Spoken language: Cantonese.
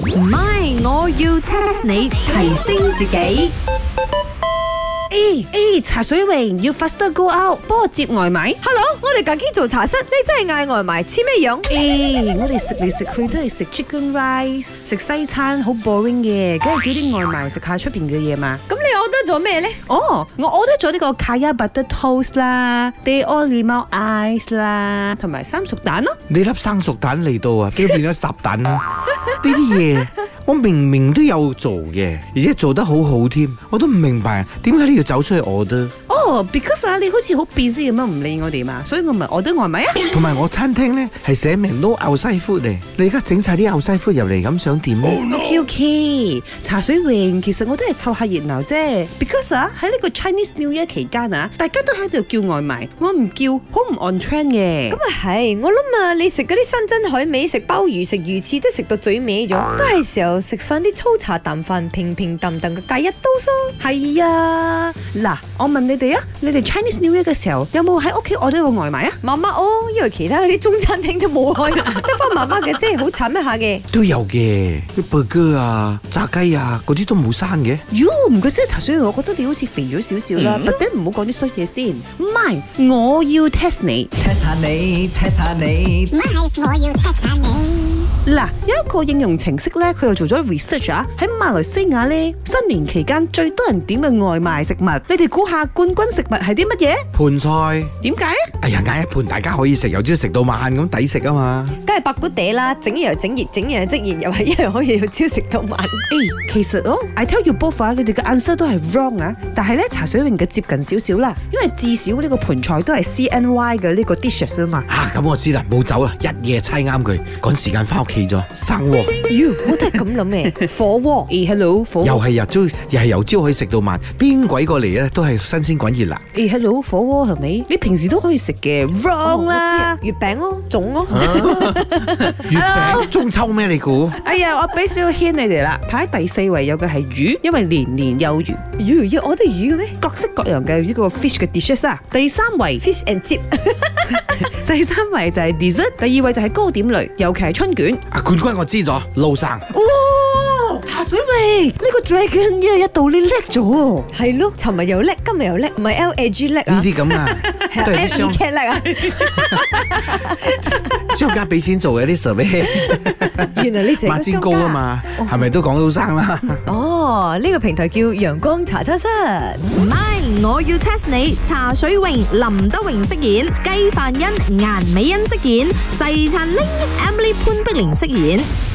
唔係，我要 test 你提升自己。 A A 茶水榮要 faster go out，幫我接外賣。 Hello，我哋近期做茶室，你真係嗌外賣，似咩樣？ A 我哋食嚟食去都係食 chicken rice，食西餐好 boring 嘅，梗係叫啲外賣食下出邊嘅嘢嘛。咁你 order 咗咩呢？哦，我 order 咗呢個 kaya butter toast 啦 d e o l i m o ice 啦，同埋三熟蛋咯。你粒生熟蛋嚟到啊，都 變咗烚蛋啦！呢啲嘢我明明都有做嘅，而且做得好好添，我都唔明白點解你要走出去我都。哦，because 啊，你好似好 busy 咁樣唔理我哋嘛，所以我咪 order 外賣啊。同埋我餐廳呢係寫明 no 牛西 food 嚟，你而家整晒啲牛西 food 入嚟，咁想點呢？ OK OK，茶水榮，其實我都係湊下熱鬧啫。Because 啊，喺呢個 Chinese New Year 期間啊，大家都喺度叫外賣，我唔叫，好唔 on trend 嘅。咁啊係，我諗啊，你食嗰啲新珍海味，食鮑魚、食魚翅都食到嘴歪咗，都係時候食翻啲粗茶淡飯、平平淡淡嘅芥一刀嗦。係啊，嗱，我問你哋啊，你哋 Chinese New Year 嘅時候有冇喺屋企 order 個外賣啊？媽媽哦，因為其他嗰啲中餐廳都冇開，得翻媽媽嘅，真係好慘一下嘅。都有嘅，啲 burger 啊、炸雞啊嗰啲都冇生嘅。喲，唔該先，茶水榮，我覺得你好似肥咗少少啦，不等唔好講啲衰嘢先。唔係，我要 test 你。 test 下你，test 下你 My，我要 test 下你。嗱，有一個應用程式咧，佢又做咗 research 啊，喺馬來西亞咧，新年期間最多人點嘅外賣食物，你哋估下冠軍食物係啲乜嘢？盤菜，點解啊？哎呀嗌一盤大家可以食，由朝食到晚咁抵食啊嘛。梗係白骨地啦，整嘢又整熱，整嘢又即熱，又係一樣可以由朝食到晚。誒，其實哦，I tell you both 啊，你哋嘅 answer 都係 wrong 啊，但係咧茶水泳嘅接近少少啦，因為至少呢個盤菜都係 CNY 嘅呢個 dishes 啊嘛。啊咁我知啦，冇走啦，一夜猜啱佢，趕時間翻屋企咗，生鍋。妖，我都係咁諗嘅，火鍋。誒，hello，火又係由朝，又係由朝可以食到晚，邊鬼過嚟咧都係新鮮滾熱辣。誒，hello，火鍋係咪？你平時都可以食嘅哦，wrong 我啦知。月餅咯，粽咯。 月餅中秋咩？你估？哎呀，我俾少少 hint 你哋啦，排喺第四位有嘅係魚，因為年年有餘。妖，要我哋魚嘅咩各式各樣嘅呢個 fish 嘅 dishes 啊。第三位， ？Fish and chip。 第三位就係 dessert，第二位就係糕點類，尤其係春卷。啊，冠軍我知咗，路 生。哇！茶水味呢、個 dragon 一日一到你叻咗喎。係咯，尋日又叻，今日又叻，唔係 L A G 叻呢啊，啲咁 啊，係都係啲 L E 商 K 叻啊，商家俾錢做嘅啲 survey，原來你就係馬個煎商糕家啊。嘛，係咪都講到生啦？哦，呢個平台叫陽光茶餐室。唔係，我要 test 你。茶水榮、林德榮飾演，雞范恩、顏美恩飾演，細陳玲、Emily 潘碧玲飾演。